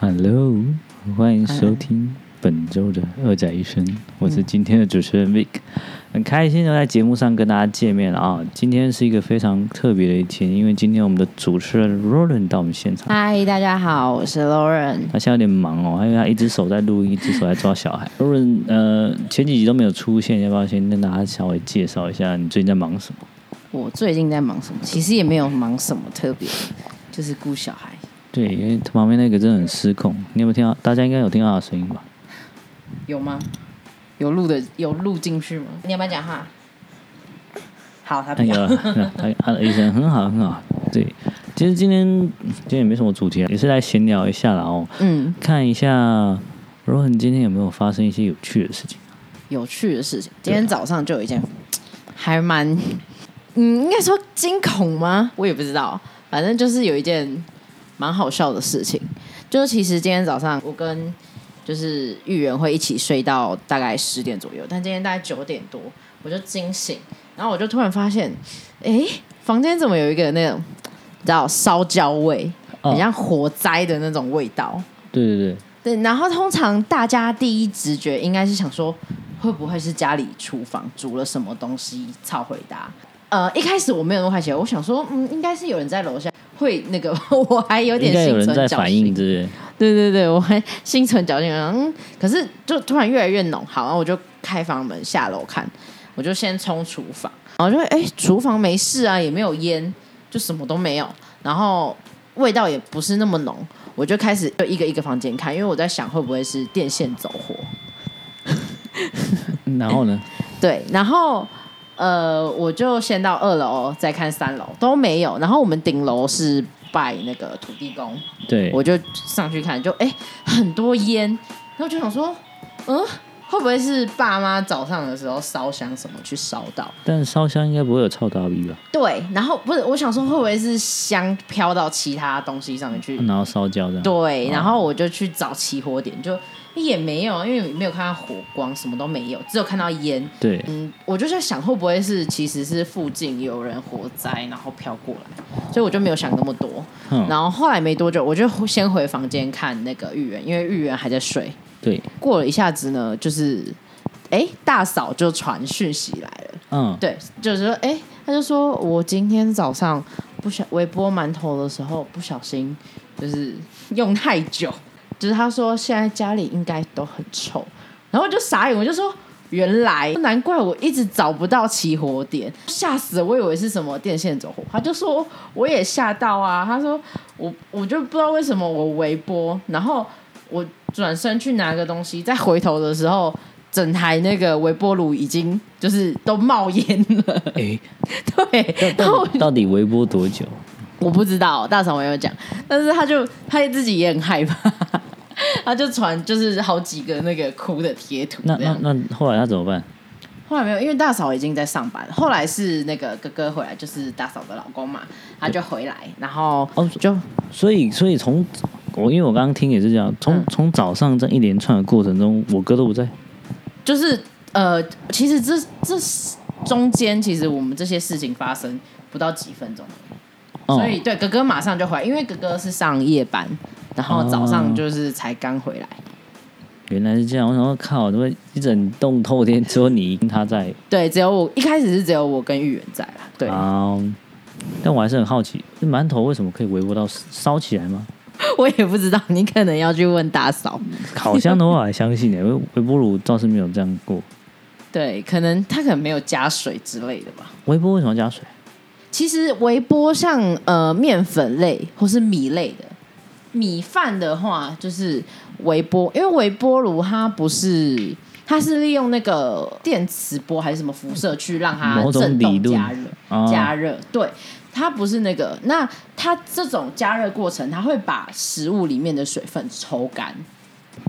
Hello，欢迎收听本周的二仔医生，我是今天的主持人 Vic，很开心的在节目上跟大家见面了啊！今天是一个非常特别的一天，因为今天我们的主持人 Roland 到我们现场，嗨，大家好，我是 Lauren。他现在有点忙哦，因为他一只手在录音，一只手在抓小孩。Roland，呃，前几集都没有出现，要不要先跟大家稍微介绍一下你最近在忙什么？我最近在忙什么？其实也没有忙什么特别，就是顾小孩。对，因为他旁边那个真的很失控，你有没有听到？大家应该有听到他的声音吧？有吗？有录的有录进去吗？你要不要讲话？好，他不哎呀要。， 他他的医生很好很好。对，其实今天今天也没什么主题啊，也是来闲聊一下啦哦，嗯，看一下罗恒今天有没有发生一些有趣的事情。有趣的事情，今天早上就有一件，还蛮，嗯，应该说惊恐吗？我也不知道，反正就是有一件蛮好笑的事情，就是其实今天早上我跟就是玉人会一起睡到大概十点左右，但今天大概九点多我就惊醒，然后我就突然发现，诶，房间怎么有一个那种你知道烧焦味，哦很像火灾的那种味道。对对对，对，然后通常大家第一直觉应该是想说，会不会是家里厨房煮了什么东西？超回答。呃，一开始我没有那么快起来，我想说，嗯，应该是有人在楼下会那个， 我还有应点该有心人存在侥反幸应，。对不对对对， 我还心存侥幸，嗯，可是就突然越来越浓，好，然后我就开房门下楼看，我就先冲厨房，然后就哎，厨房没事啊，也没有烟，就什么都没有，然后味道也不是那么浓，我就开始就一个一个房间看，因为我在想会不会是电线走火，对？然后嗯呢？对，然后呃，我就先到二楼再看三楼都没有，然后我们顶楼是拜那个土地公，对，我就上去看，就哎、很多烟，然后我就想说，嗯，会不会是爸妈早上的时候烧香什么去烧到？但烧香应该不会有臭大逼吧？对，然后不是，我想说会不会是香飘到其他东西上面去？然后烧焦这样。对，然后我就去找起火点，就也没有，啊因为没有看到火光，什么都没有，只有看到烟。对嗯，我就在想会不会是其实是附近有人火灾，然后飘过来，所以我就没有想那么多。嗯然后后来没多久，我就先回房间看那个芋圆，因为芋圆还在睡。对，过了一下子呢，就是哎、大嫂就传讯息来了，嗯，对，就是说哎、她就说我今天早上不小微波馒头的时候不小心就是用太久， 就是她说现在家里应该都很臭，然后我就傻眼，我就说。原来难怪我一直找不到起火点，吓死了！我以为是什么电线走火，他就说我也吓到啊。他说我我就不知道为什么我微波，然后我转身去拿个东西，再回头的时候，整台那个微波炉已经就是都冒烟了。哎，对，然后到底到底微波多久？我不知道大嫂没有讲，但是他就他自己也很害怕，他就传就是好几个那个哭的贴图那这那样。那后来他怎么办？后来没有，因为大嫂已经在上班了。后来是那个哥哥回来，就是大嫂的老公嘛，他就回来，然后哦就所以，所以从我因为我刚刚听也是这样，从嗯从早上这一连串的过程中，我哥都不在。就是呃，其实这这中间其实我们这些事情发生不到几分钟，哦所以对哥哥马上就回来，因为哥哥是上夜班，然后早上就是才刚回来。哦原来是这样，我想说靠，怎么一整栋透天只有你他在？对，只有我一开始是只有我跟玉圆在啦。对，啊，但我还是很好奇，这馒头为什么可以微波到烧起来 吗？我也不知道，你可能要去问大嫂。烤箱的话我还相信呢、微微波炉倒是没有这样过。对，可能他可能没有加水之类的吧。微波为什么要加水？其实微波像呃面粉类或是米类的米饭的话，就是微波，因为微波炉它不是。它是利用那个电磁波还是什么辐射去让它某种震理论动加热？啊加热，对，它不是那个。那它这种加热过程，它会把食物里面的水分抽干。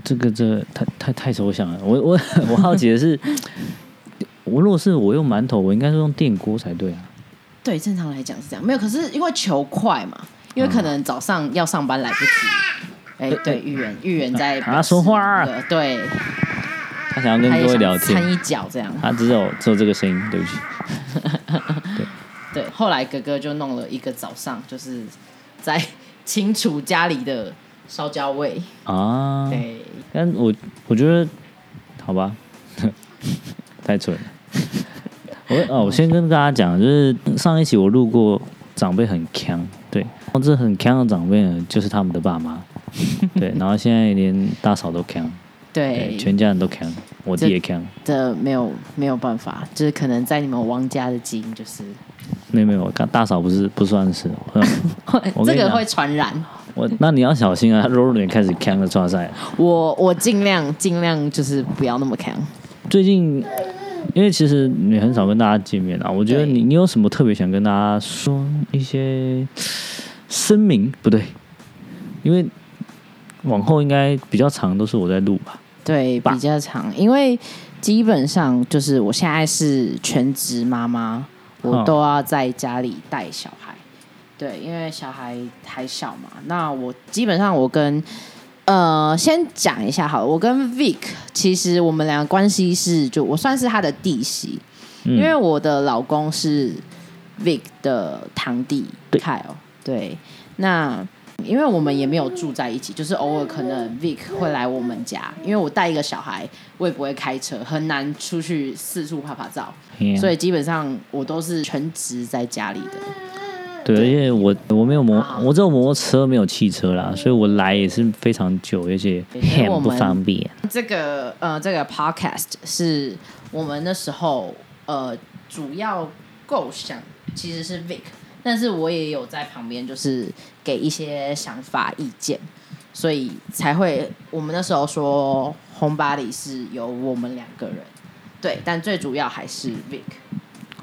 这个这个太太太抽象了。我 我我好奇的是，我如果是我用馒头，我应该是用电锅才对啊。对，正常来讲是这样，没有。可是因为求快嘛，因为嗯可能早上要上班来不及。哎、对，芋圆，芋圆在呃啊说话啊他表示那个想要对，跟他也各位想聊掺天，一脚这样。他只有只有这个声音，对不起。对， 后来哥哥就弄了一个早上，就是在清除家里的烧焦味。啊。对，但我我觉得，好吧， 太蠢了。我哦，我先跟大家讲，就是上一期我路过长辈很强，对，然后这很强的长辈呢，就是他们的爸妈，对，然后现在连大嫂都强，对，对，全家人都强，我弟这也强，这没有没有办法，就是可能在你们王家的基因就是，没有没有，我刚大嫂不是不算是，我我跟 这你个讲会传染。我那你要小心啊，柔柔脸开始强了，抓塞。我我尽量尽量就是不要那么强。最近，因为其实你很少跟大家见面啊，我觉得对你你有什么特别想跟大家说一些声明？不对，因为往后应该比较长都是我在录吧。对，吧比较长，因为基本上就是我现在是全职妈妈，我嗯都要在家里带小孩。对，因为小孩还小嘛，那我基本上我跟呃，先讲一下好了，我跟 Vic 其实我们两个关系是，就我算是他的弟媳，嗯因为我的老公是 Vic 的堂弟对 Kyle，对，那因为我们也没有住在一起，就是偶尔可能 Vic 会来我们家，因为我带一个小孩，我也不会开车，很难出去四处拍拍照，嘿啊所以基本上我都是全职在家里的。对，而且我我没有摩好，我只有摩托车，没有汽车啦，所以我来也是非常久，而且对所以很我不们方便。这个呃，这个 podcast 是我们那时候呃主要构想其实是 Vic，但是我也有在旁边就是给一些想法意见，所以才会我们那时候说红巴里是由我们两个人对，但最主要还是 Vic。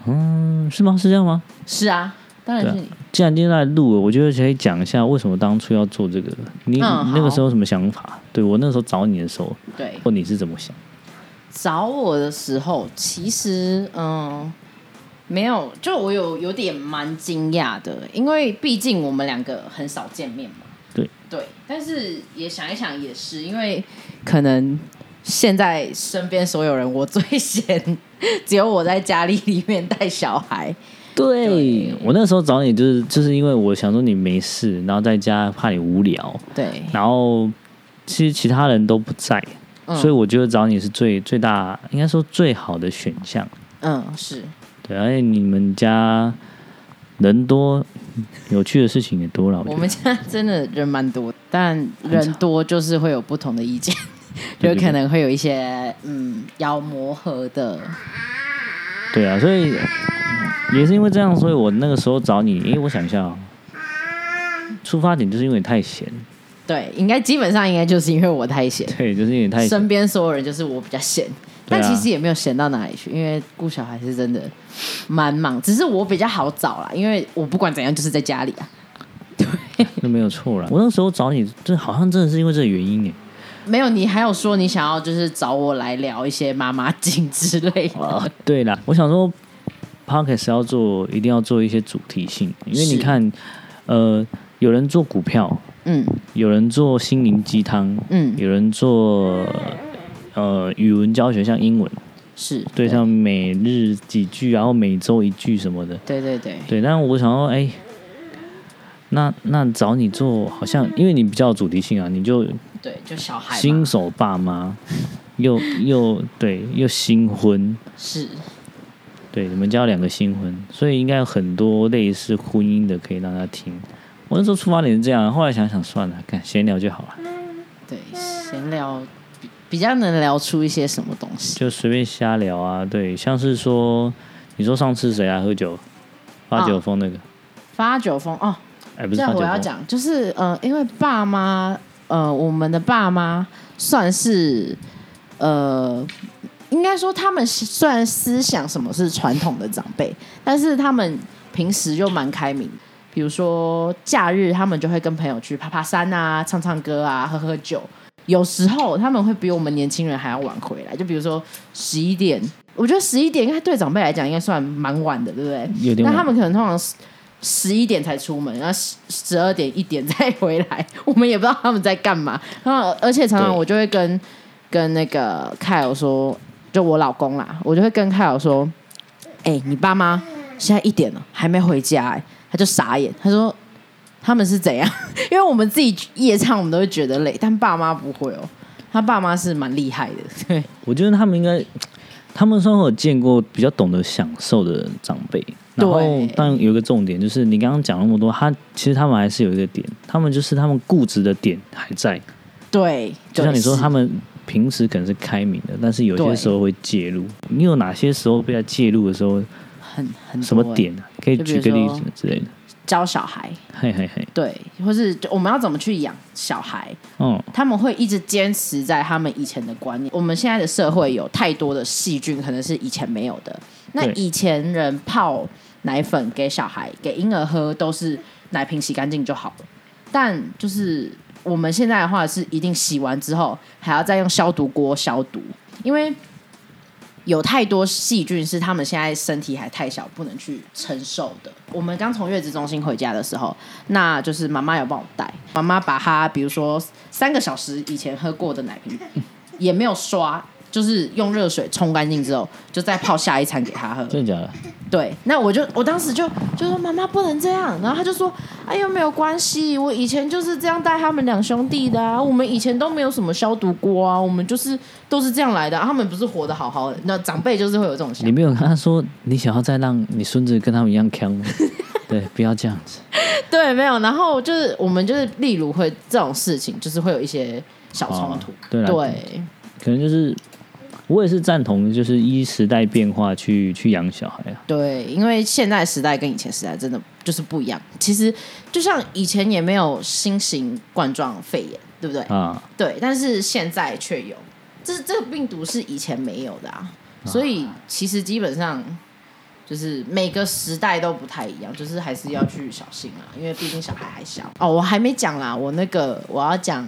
嗯，是吗？是这样吗？是啊，当然是对你。既然今天来录了，我觉得可以讲一下为什么当初要做这个。你、嗯你那个好时候有什么想法？对我那时候找你的时候，对，或你是怎么想？找我的时候，其实嗯，没有，就我有有点蛮惊讶的，因为毕竟我们两个很少见面嘛。对对，但是也想一想也是，因为可能现在身边所有人我最闲，只有我在家里里面带小孩。对对我那时候找你，就是就是因为我想说你没事，然后在家怕你无聊，对，然后其实其他人都不在，嗯所以我觉得找你是最最大，应该说最好的选项。嗯是，对，而且你们家人多，有趣的事情也多了。我觉我得们家真的人蛮多，但人多就是会有不同的意见，对有对可能会有一些嗯要磨合的。对啊，所以也是因为这样，所以我那个时候找你，诶，我想一下、哦，出发点就是因为你太闲，对，应该基本上应该就是因为我太闲，对，就是因为你太闲。身边所有人就是我比较闲，对啊但其实也没有闲到哪里去，因为顾小孩是真的蛮忙，只是我比较好找啦，因为我不管怎样就是在家里啊，那没有错了。我那时候找你，这好像真的是因为这个原因耶。没有你还有说你想要就是找我来聊一些妈妈经之类的，啊，对啦，我想说 p o c k e t 要做，一定要做一些主题性，因为你是看，呃，有人做股票，嗯有人做心灵鸡汤，嗯有人做呃语文教学，像英文，是对，像每日几句，然后每周一句什么的，对对对对。但我想说，哎。那那找你做，好像因为你比较有主题性啊，你就对，就小孩嘛新手爸妈，又又对又新婚，是对，你们家有两个新婚，所以应该有很多类似婚姻的可以让他听。我那时候出发点是这样，后来想想算了，看闲聊就好了，对闲聊比比较能聊出一些什么东西。就随便瞎聊啊。对，像是说，你说上次谁啊喝酒，发酒疯那个，发酒疯哦，哎、不是这发样酒我要疯，讲，就是呃，因为爸妈，呃，我们的爸妈算是呃，应该说他们是虽然思想什么是传统的长辈，但是他们平时就蛮开明。比如说假日，他们就会跟朋友去爬爬山啊、唱唱歌啊、喝喝酒。有时候他们会比我们年轻人还要晚回来，就比如说十一点，我觉得十一点应该对长辈来讲应该算蛮晚的，对不对？有点那晚他们可能通常十一点才出门，然后十十二点一点再回来， 我们也不知道他们在干嘛。然后而且常常对我就会跟跟那个凯尔说，就我老公啦，我就会跟凯尔说，哎、你爸妈现在一点了还没回家、哎，他就傻眼，他说。他们是怎样？ 因为我们自己夜唱，我们都会觉得累，但爸妈不会哦。他爸妈是蛮厉害的，对，我觉得他们应该，他们算我见过比较懂得享受的长辈。然后对，但有一个重点就是，你刚刚讲那么多，他其实他们还是有一个点，他们就是他们固执的点还在。对，就像你说，对是他们平时可能是开明的，但是有些对时候会介入。你有哪些时候被他介入的时候？很很什么多欸点啊？可以就比举如个例子说之类的。教小孩，嘿嘿嘿，对，或是就我们要怎么去养小孩，哦，他们会一直坚持在他们以前的观念。我们现在的社会有太多的细菌，可能是以前没有的。那对以前人泡奶粉给小孩、给婴儿喝，都是奶瓶洗干净就好了。但就是我们现在的话，是一定洗完之后还要再用消毒锅消毒，因为有太多细菌是他们现在身体还太小，不能去承受的。我们刚从月子中心回家的时候，那就是妈妈有帮我带，妈妈把她比如说三个小时以前喝过的奶瓶 也没有刷，就是用热水冲干净之后，就再泡下一餐给她喝。真的假的？对，那我就我当时就就说妈妈不能这样，然后她就说哎呦没有关系，我以前就是这样带他们两兄弟的啊，我们以前都没有什么消毒锅啊，我们就是都是这样来的啊、他们不是活得好好的，那长辈就是会有这种想你没有跟他说你想要再让你孙子跟他们一样强 吗？对，不要这样子。对，没有。然后就是我们就是，例如会这种事情，就是会有一些小冲突。哦对啦嗯对可能就是我也是赞同，就是依时代变化去去养小孩啊。对因为现在时代跟以前时代真的就是不一样。其实就像以前也没有新型冠状肺炎，对不对？啊，对，但是现在却有，这这个病毒是以前没有的啊。所以其实基本上就是每个时代都不太一样，就是还是要去小心啊，因为毕竟小孩还小。哦，我还没讲啦，我那个我要讲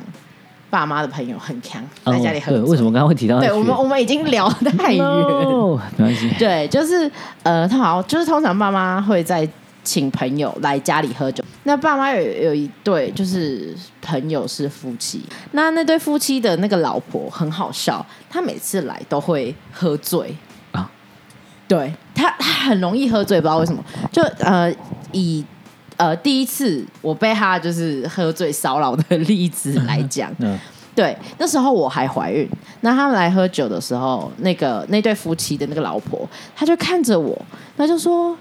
爸妈的朋友很强，在家里哦喝对，酒。为什么刚刚会提到？对我们我们已经聊太远。 No，没关系。对，就是呃，他好像就是通常爸妈会在请朋友来家里喝酒。那爸妈有有一对就是朋友是夫妻，那那对夫妻的那个老婆很好笑，她每次来都会喝醉啊，对她她很容易喝醉，不知道为什么。就呃以呃第一次我被她就是喝醉骚扰的 例子来讲，嗯，对，那时候我还怀孕。那他们来喝酒的时候，那个那对夫妻的那个老婆，她就看着我，她就说：“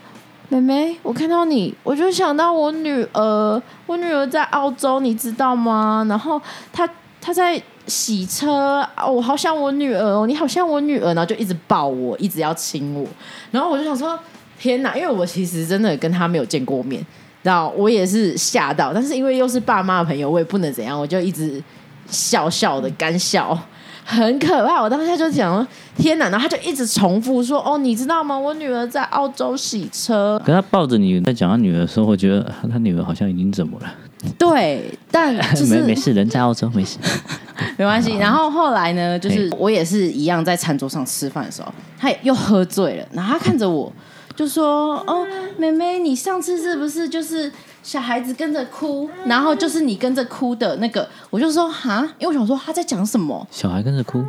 妹妹，我看到你，我就想到我女儿，我女儿在澳洲，你知道吗？然后她她在洗车，啊我好想我女儿哦，你好像我女儿，然后就一直抱我，一直要亲我，然后我就想说，天哪，因为我其实真的跟她没有见过面。”然后我也是吓到，但是因为又是爸妈的朋友，我也不能怎样，我就一直笑笑的干笑，很可怕。我当下就讲说，天哪！然后他就一直重复说，哦，你知道吗？我女儿在澳洲洗车。可他抱着你在讲他女儿的时候，我觉得啊他女儿好像已经怎么了？对，但就是 没没事，人在澳洲没事。 没关系。然后后来呢，就是我也是一样在餐桌上吃饭的时候，他也又喝醉了，然后他看着我就说：“哦，妹妹，你上次是不是就是小孩子跟着哭，然后就是你跟着哭的那个？”我就说：“哈，因为我想说他在讲什么。”小孩跟着哭，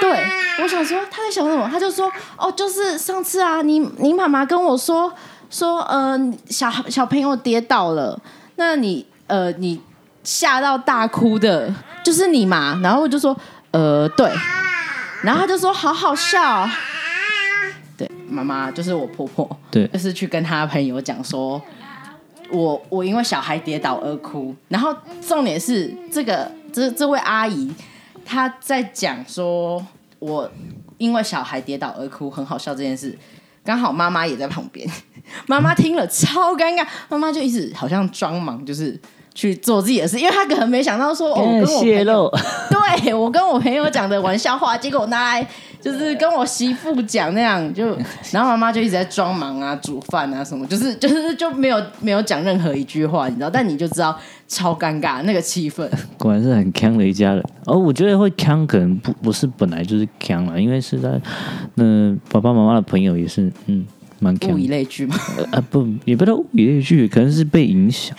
对，我想说他在想什么，他就说哦，就是上次啊，你你妈妈跟我说说，呃，小小朋友跌倒了，那你呃你吓到大哭的，就是你嘛？然后我就说呃对，然后他就说好好笑哦、对，妈妈就是我婆婆，对就是去跟她朋友讲说，我我因为小孩跌倒而哭，然后重点是这个这这位阿姨她在讲说我因为小孩跌倒而哭，很好笑这件事。刚好妈妈也在旁边，妈妈听了超尴尬，妈妈就一直好像装忙，就是去做自己的事，因为她可能没想到说，哦，我跟我朋哎泄友露。 对我跟我朋友讲的玩笑话，结果我拿来就是跟我媳妇讲那样，就然后妈妈就一直在装忙啊、煮饭啊什么，就是就是就没有没有讲任何一句话，你知道？但你就知道超尴尬那个气氛。果然是很强的一家人。而、我觉得会强，可能不不是本来就是强了，因为是在那爸爸妈妈的朋友也是，嗯，蛮强物以类聚嘛，呃啊，不，也不知道物以类聚，可能是被影 响，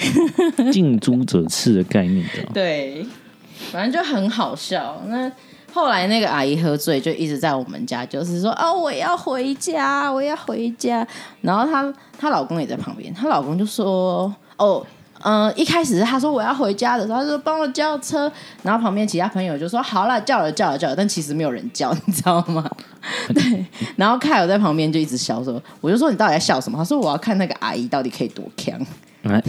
近朱者赤的概念，你知道吗对，反正就很好笑。那后来那个阿姨喝醉，就一直在我们家，就是说啊、我要回家，我要回家。然后她她老公也在旁边，她老公就说哦。嗯、一开始是他说我要回家的时候，他说帮我叫车，然后旁边其他朋友就说好了，叫了叫了叫了，但其实没有人叫，你知道吗？对，然后凯尔在旁边就一直笑说，我就说你到底在笑什么？他说我要看那个阿姨到底可以多强。哎，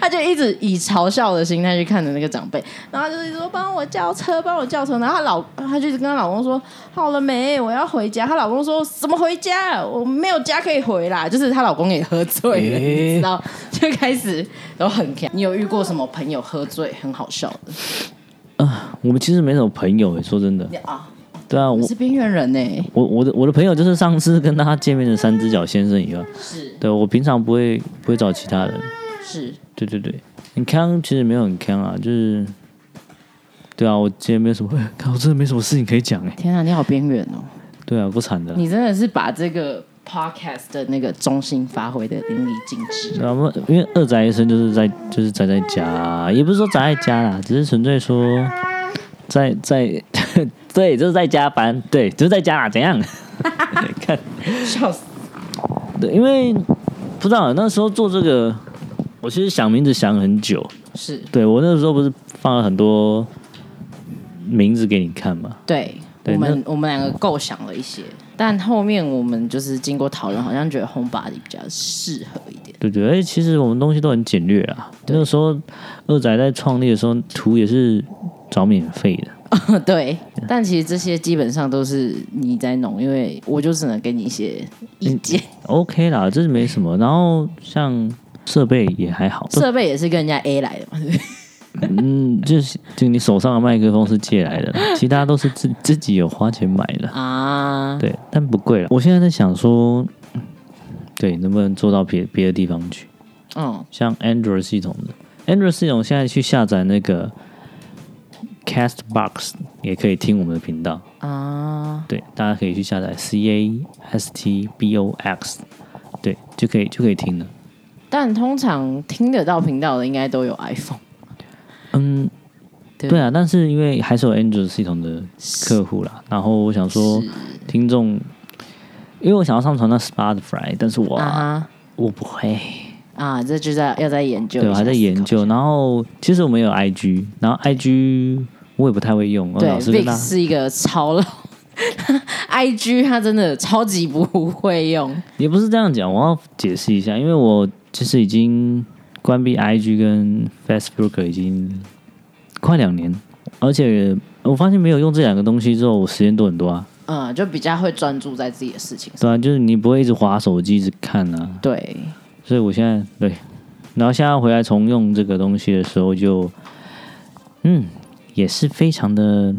他就一直以嘲笑的心态去看着那个长辈，然后他就是说帮我叫车，帮我叫车。然后她老，她就一直跟她老公说好了没，我要回家。她老公说怎么回家？我没有家可以回啦。就是她老公也喝醉了，诶你知道，就开始都很强。你有遇过什么朋友喝醉很好笑的？啊我们其实没什么朋友诶，欸说真的你，啊，对啊，你我是边缘人呢、欸我我的我的朋友就是上次跟他见面的三只脚先生以外，是对我平常不会不会找其他人，是，对对对，很康其实没有很康啊，就是，对啊，我今天没有什么， 哎看我真的没什么事情可以讲哎，天啊，你好边缘哦！对啊，够惨的啦，你真的是把这个 podcast 的那个中心发挥的淋漓尽致。然后因为二宅一生就是在就是宅在家，也不是说宅在家啦，只是纯粹说在在 对，就是在家班，对，就是在家啦，怎样？ 看， 笑死！对，因为不知道那时候做这个，我其实想名字想很久，是对我那时候不是放了很多名字给你看嘛，对，对我们我们两个构想了一些，但后面我们就是经过讨论，好像觉得 Homebody 比较适合一点。 对对，而且哎其实我们东西都很简略啊。那个时候二仔在创立的时候，图也是找免费的。对，但其实这些基本上都是你在弄，因为我就只能给你一些意见。嗯 OK 啦，这是没什么。然后像设备也还好，设备也是跟人家 A 来的嘛，对不 对嗯，就是就你手上的麦克风是借来的啦，其他都是自自己有花钱买的。啊，对，但不贵了。我现在在想说，对，能不能做到别别的地方去？嗯，像 Android 系统的 Android 系统，现在去下载那个 Castbox 也可以听我们的频道。啊，对，大家可以去下载 C A S T B O X，对，就可以就可以听了。但通常听得到频道的应该都有 iPhone。嗯，对对啊，但是因为还是有 Android 系统的客户啦，然后我想说，听众，因为我想要上传到 Spotify，但是我、啊我不会，哈啊，这就在要再研究一对，下，我还在研思究。然后其实我们有 I G，然后 I G 我也不太会用，我考一下。老师对跟大，Vic 家是一个超老 ，IG 他真的超级不会用。也不是这样讲，我要解释一下，因为我其实已经关闭 IG 跟 Facebook 已经快两年，而且我发现没有用这两个东西之后，我时间多很多啊，嗯，就比较会专注在自己的事情上。对啊，就是你不会一直划手机一直看啊，对，所以我现在对，然后现在回来重用这个东西的时候就，嗯，也是非常的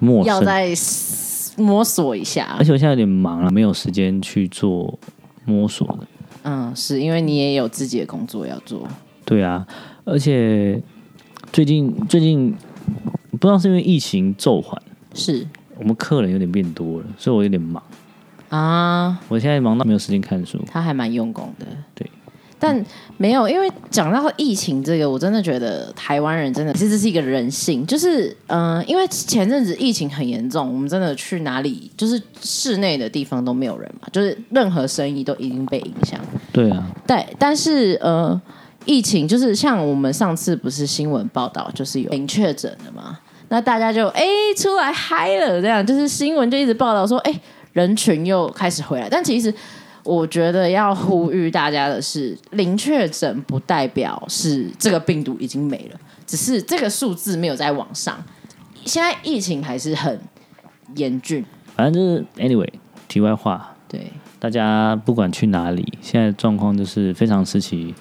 陌要生，再摸索一下而。且我现在有点忙了，没有时间去做摸索的。嗯，是因为你也有自己的工作要做。对啊，而且最近最近不知道是因为疫情骤缓，是我们客人有点变多了，所以我有点忙。啊，我现在忙到没有时间看书。他还蛮用功的。对。但没有，因为讲到疫情这个，我真的觉得台湾人真的，其实这是一个人性，就是嗯、呃因为前阵子疫情很严重，我们真的去哪里，就是室内的地方都没有人嘛，就是任何生意都已经被影响。对啊，对，但是呃，疫情就是像我们上次不是新闻报道，就是有零确诊的嘛，那大家就哎、出来嗨了，这样就是新闻就一直报道说，哎、人群又开始回来，但其实。我觉得要呼吁大家的是，零确诊不代表是这个病毒已经没了，只是这个数字没有在往上。现在疫情还是很严峻，反正就是 anyway，题外话，对，大家不管去哪里，现在状况就是非常时期，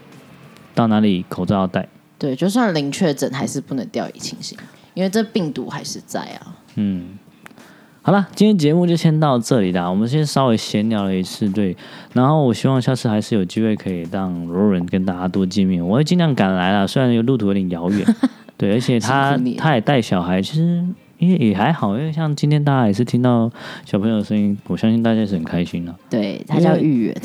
到哪里口罩要戴。对，就算零确诊，还是不能掉以轻心，因为这病毒还是在啊。好啦，今天节目就先到这里啦。我们先稍微闲聊了一次，对。然后我希望下次还是有机会可以让罗伦跟大家多见面，我会尽量赶来啦。虽然有路途有点遥远，对，而且他辛苦你了他也带小孩，其实因为也还好，因为像今天大家也是听到小朋友的声音，我相信大家也是很开心的。对，它叫芋圆。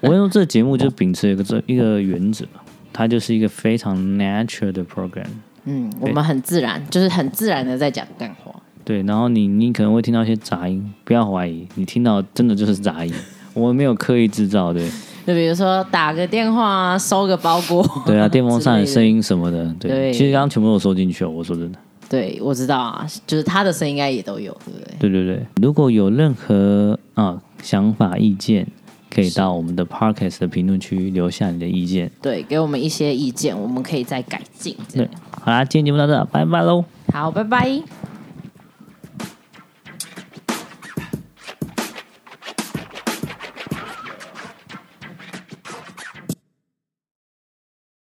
我用这个节目就秉持一个这一个原则，它就是一个非常 natural 的 program。嗯，我们很自然，就是很自然的在讲干话。对，然后你你可能会听到一些杂音，不要怀疑，你听到真的就是杂音，我们没有刻意制造，对。就比如说打个电话啊，收个包裹。 对啊，电风扇的 之类声的。音什么的，对，对其实刚刚全部都收进去了。我说真的，对，我知道啊，就是他的声音应该也都有，对不对？对对对。如果有任何啊想法、意见，可以到我们的 podcast 的评论区留下你的意见。对，给我们一些意见，我们可以再改进。这对样，好啦，今天节目到这，拜拜喽。好，拜拜。